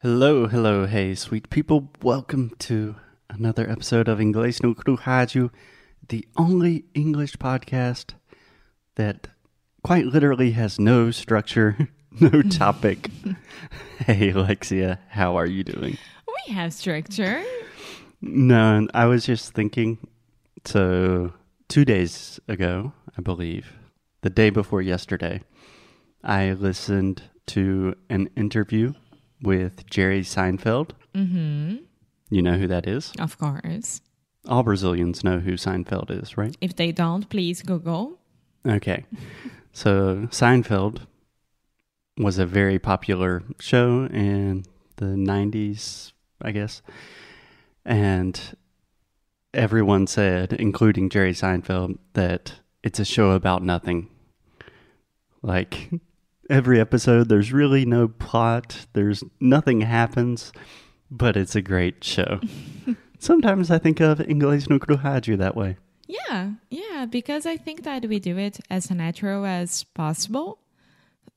Hello, hello, hey, sweet people. Welcome to another episode of Inglês no Cruhaju, the only English podcast that quite literally has no structure, no topic. hey, Alexia, how are you doing? We have structure. No, I was just thinking. So, two days ago, I believe, the day before yesterday, I listened to an interview with Jerry Seinfeld. hmm You know who that is? Of course. All Brazilians know who Seinfeld is, right? If they don't, please Google. Okay. so, Seinfeld was a very popular show in the 90s, I guess. And everyone said, including Jerry Seinfeld, that it's a show about nothing. Like every episode, there's really no plot, there's nothing happens, but it's a great show. Sometimes I think of Inglês no Cruhaju that way. Yeah, yeah, because I think that we do it as natural as possible.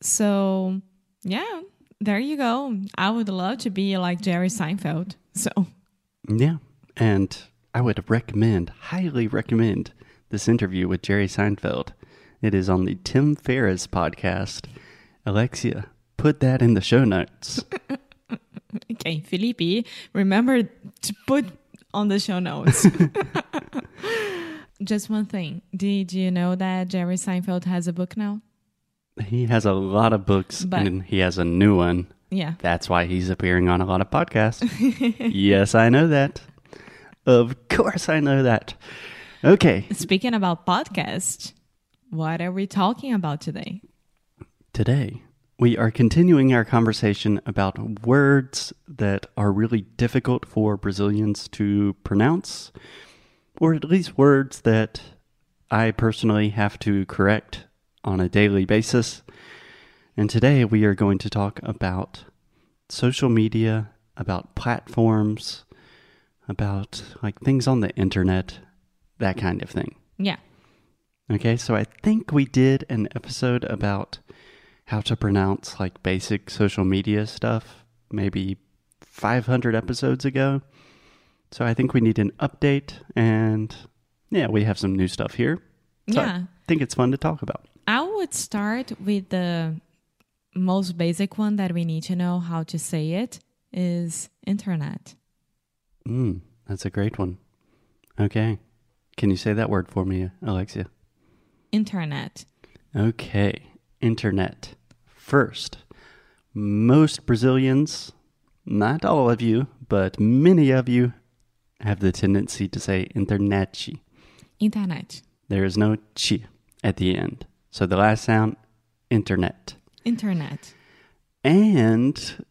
So, yeah, there you go. I would love to be like Jerry Seinfeld. So, Yeah. And I would recommend, highly recommend this interview with Jerry Seinfeld. It is on the Tim Ferriss podcast. Alexia, put that in the show notes. okay, Felipe, remember to put on the show notes. Just one thing. Did you know that Jerry Seinfeld has a book now? he has a lot of books But- and he has a new one. Yeah. That's why he's appearing on a lot of podcasts. yes, I know that. Of course, I know that. Okay, Speaking about podcast, what are we talking about today? Today, we are continuing our conversation about words that are really difficult for Brazilians to pronounce, or at least words that I personally have to correct on a daily basis. And today, we are going to talk about social media, about platforms, about like things on the internet, that kind of thing. Yeah. Okay, so I think we did an episode about how to pronounce like basic social media stuff maybe 500 episodes ago. So I think we need an update and yeah, we have some new stuff here. So Yeah. I think it's fun to talk about. I would start with the most basic one that we need to know how to say it is internet. Mm, that's a great one. Okay. Can you say that word for me, Alexia? Internet. Okay, internet. First, most Brazilians, not all of you, but many of you, have the tendency to say internet. Internet. There is no chi at the end. So the last sound, internet. Internet. And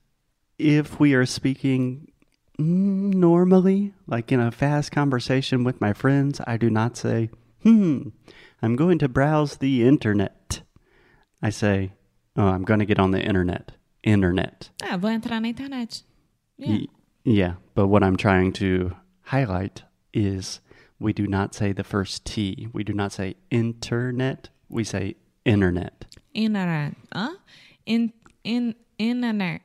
if we are speaking mm, normally, like in a fast conversation with my friends, I do not say, hmm, I'm going to browse the internet. I say, oh, I'm going to get on the internet. Internet. Ah, vou entrar na internet. Yeah. Y- yeah. But what I'm trying to highlight is we do not say the first T. We do not say internet. We say internet. Internet. Huh? In in internet.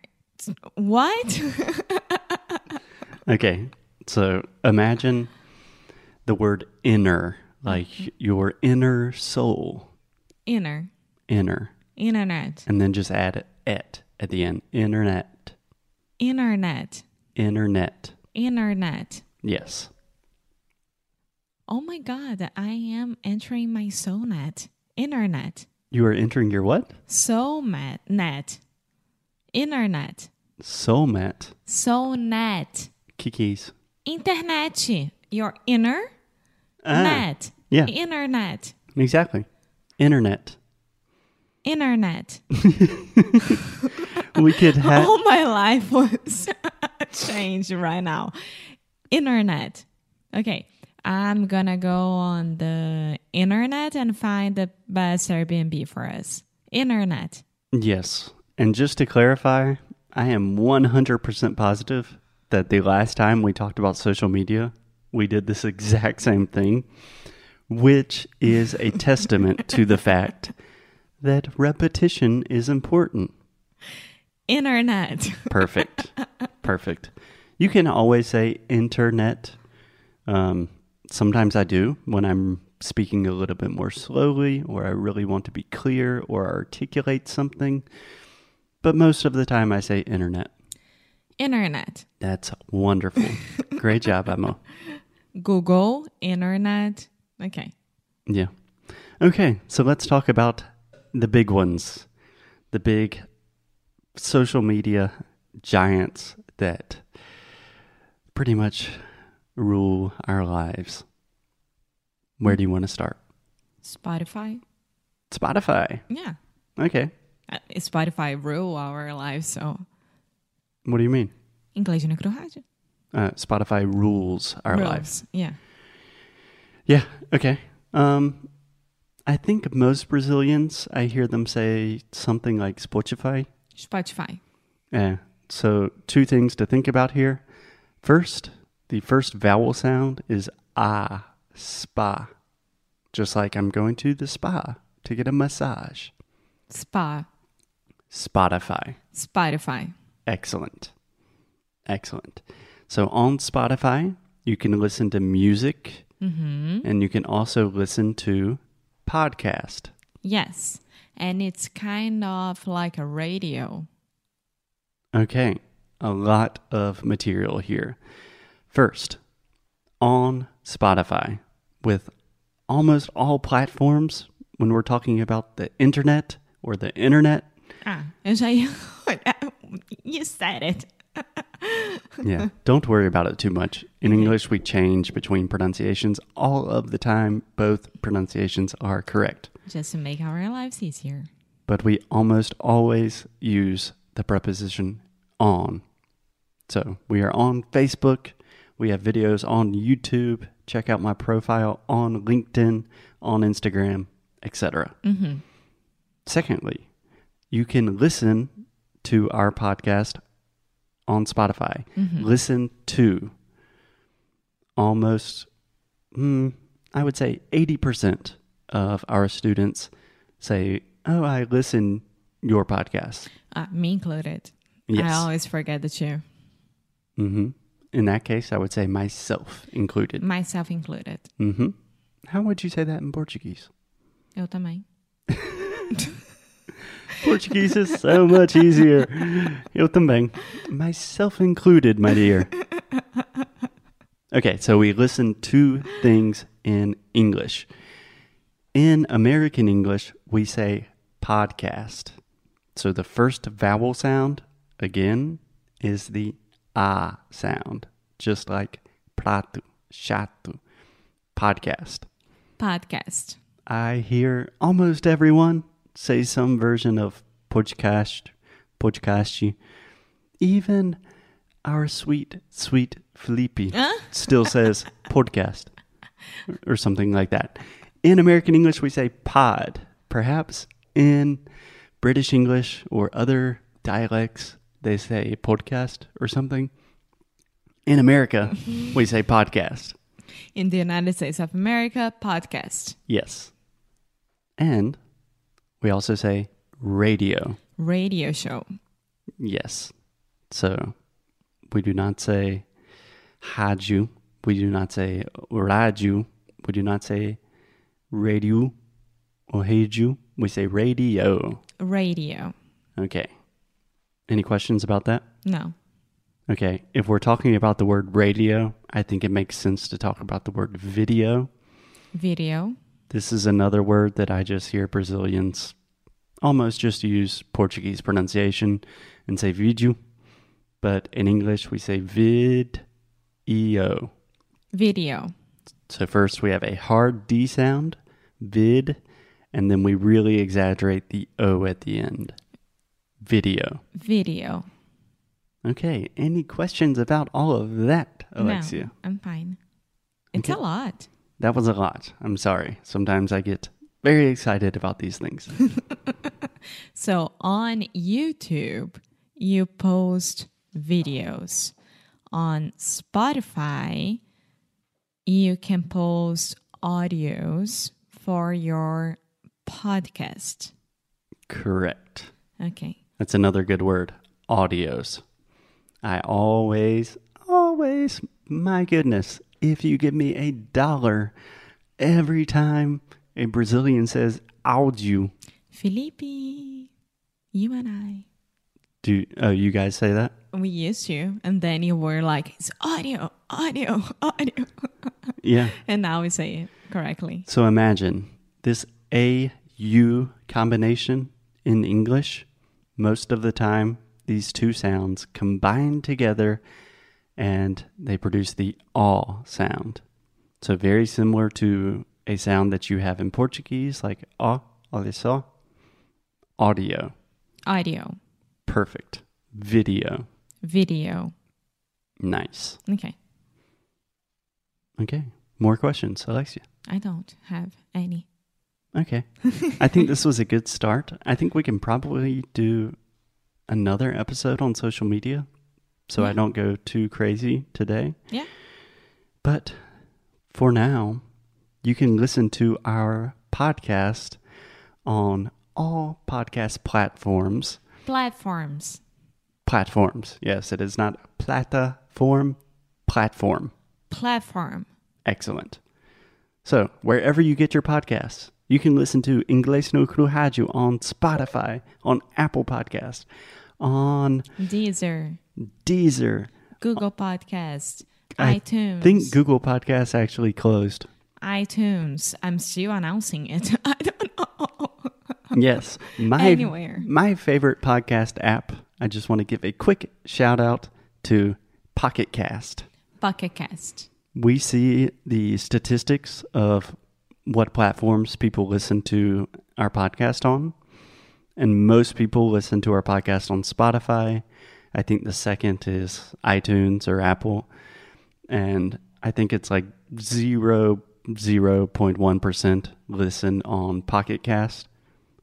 What? Okay. So imagine the word inner, like your inner soul, Inner. inner, Internet. and then just add et at the end. Internet, Internet. internet. Internet. Yes. Oh my god, I am entering my soul net. Internet. You are entering your what? Soul mat net. Internet. Soulmate. Soul net. Kikis. Internet. Your inner Ah, net. yeah. Internet. Exactly. Internet. Internet. We could have. All my life was changed right now. Internet. Okay. I'm gonna go on the internet and find the best Airbnb for us. Internet. Yes. And just to clarify, I am 100% positive that the last time we talked about social media, we did this exact same thing, which is a testament to the fact that repetition is important. Internet. Perfect. perfect. You can always say internet. Um, sometimes I do when I'm speaking a little bit more slowly or I really want to be clear or articulate something. But most of the time I say internet. Internet. That's wonderful. Great job, Emma. Google, internet. Okay. Yeah. Okay, so let's talk about the big ones, the big social media giants that pretty much rule our lives. Where do you want to start? Spotify. Spotify. Yeah. Okay. Uh, Spotify rule our lives, so What do you mean? Inglês no Cru Rádio. Uh, Spotify rules our lives. Rules. Yeah. Yeah. Okay. Um, I think most Brazilians, I hear them say something like Spotify. Spotify. Yeah. Eh, So, two things to think about here. First, the first vowel sound is ah, spa. Just like I'm going to the spa to get a massage. Spa. Spotify. Spotify. Excellent. Excellent. So, on Spotify, you can listen to music Mm-hmm. and you can also listen to podcast. Yes. And it's kind of like a radio. Okay, a lot of material here. First, on Spotify, with almost all platforms, when we're talking about the internet or the internet, Ah, eu já ia olhar. You said it. yeah, don't worry about it too much. In English, we change between pronunciations all of the time. Both pronunciations are correct, Just to make our lives easier. but we almost always use the preposition on. So we are on Facebook. We have videos on YouTube. Check out my profile on LinkedIn, on Instagram, etc. Secondly, you can listen to our podcast on Spotify. Listen to almost, mm, I would say, 80% of our students say, Oh, I listen your podcast. Uh, me included. Yes. I always forget the two. hmm In that case, I would say myself included. Myself included. hmm How would you say that in Portuguese? Eu também. Portuguese is so much easier. Eu também. Myself included, my dear. Okay, so we listen to things in English. In American English, we say podcast. So the first vowel sound, again, is the ah sound, just like prato, chato, podcast. Podcast. I hear almost everyone say some version of podcast, podcast. Even our sweet, sweet Felipe still says podcast or something like that. In American English, we say pod. Perhaps in British English or other dialects, they say podcast or something. In America, we say podcast. In the United States of America, podcast. Yes. And we also say radio. Radio show. Yes. So we do not say haju. We do not say raju. We do not say radio or heju. We say radio. Radio. Okay. Any questions about that? No. Okay. If we're talking about the word radio, I think it makes sense to talk about the word video. Video. This is another word that I just hear Brazilians almost just use Portuguese pronunciation and say vídeo, but in English we say vid eo. Video. So first we have a hard d sound, vid, and then we really exaggerate the o at the end. Video. Video. Okay, any questions about all of that, Alexia? No, I'm fine. It's a Okay. lot. That was a lot. I'm sorry. Sometimes I get very excited about these things. So on YouTube, you post videos. On Spotify, you can post audios for your podcast. Correct. Okay. That's another good word. Audios. I always, always, my goodness, if you give me a dollar every time a Brazilian says áudio, Felipe, you and I. do oh, you guys say that? We used to, and then you were like, it's audio, audio, audio. Yeah. and now we say it correctly. So imagine this A U combination in English. Most of the time, these two sounds combine together and they produce the all sound. So, very similar to a sound that you have in Portuguese, like ó, olha só, audio, Audio, perfect, video, video. nice. Okay, Okay, more questions, Alexia. I don't have any. Okay. I think this was a good start. I think we can probably do another episode on social media so I Yeah. don't go too crazy today. Yeah. But for now, you can listen to our podcast on all podcast platforms. Platforms. Platforms. Yes, it is not platform, platform. Platform. Excellent. So, wherever you get your podcasts, you can listen to Inglés no Crujaju on Spotify, on Apple Podcasts, on Deezer. Deezer. Google Podcast. I iTunes. think Google Podcasts actually closed. iTunes. I'm still announcing it. I don't know. Yes. My, Anywhere. My favorite podcast app, I just want to give a quick shout out to Pocket Cast. Pocket Cast. we see the statistics of what platforms people listen to our podcast on. And most people listen to our podcast on Spotify. I think the second is iTunes or Apple. And I think it's like zero zero point one percent listen on Pocket Cast.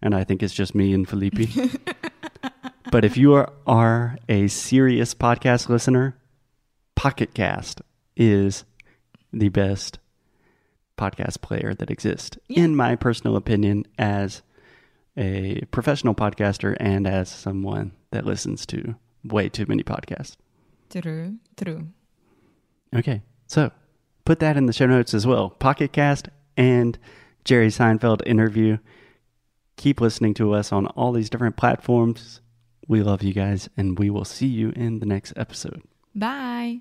And I think it's just me and Felipe. but if you are, are a serious podcast listener, Pocket Cast is the best podcast player that exists, Yeah. in my personal opinion, as a professional podcaster and as someone that listens to way too many podcasts. True. True. Okay, so put that in the show notes as well. Pocket Cast and Jerry Seinfeld interview. Keep listening to us on all these different platforms. We love you guys, and we will see you in the next episode. Bye.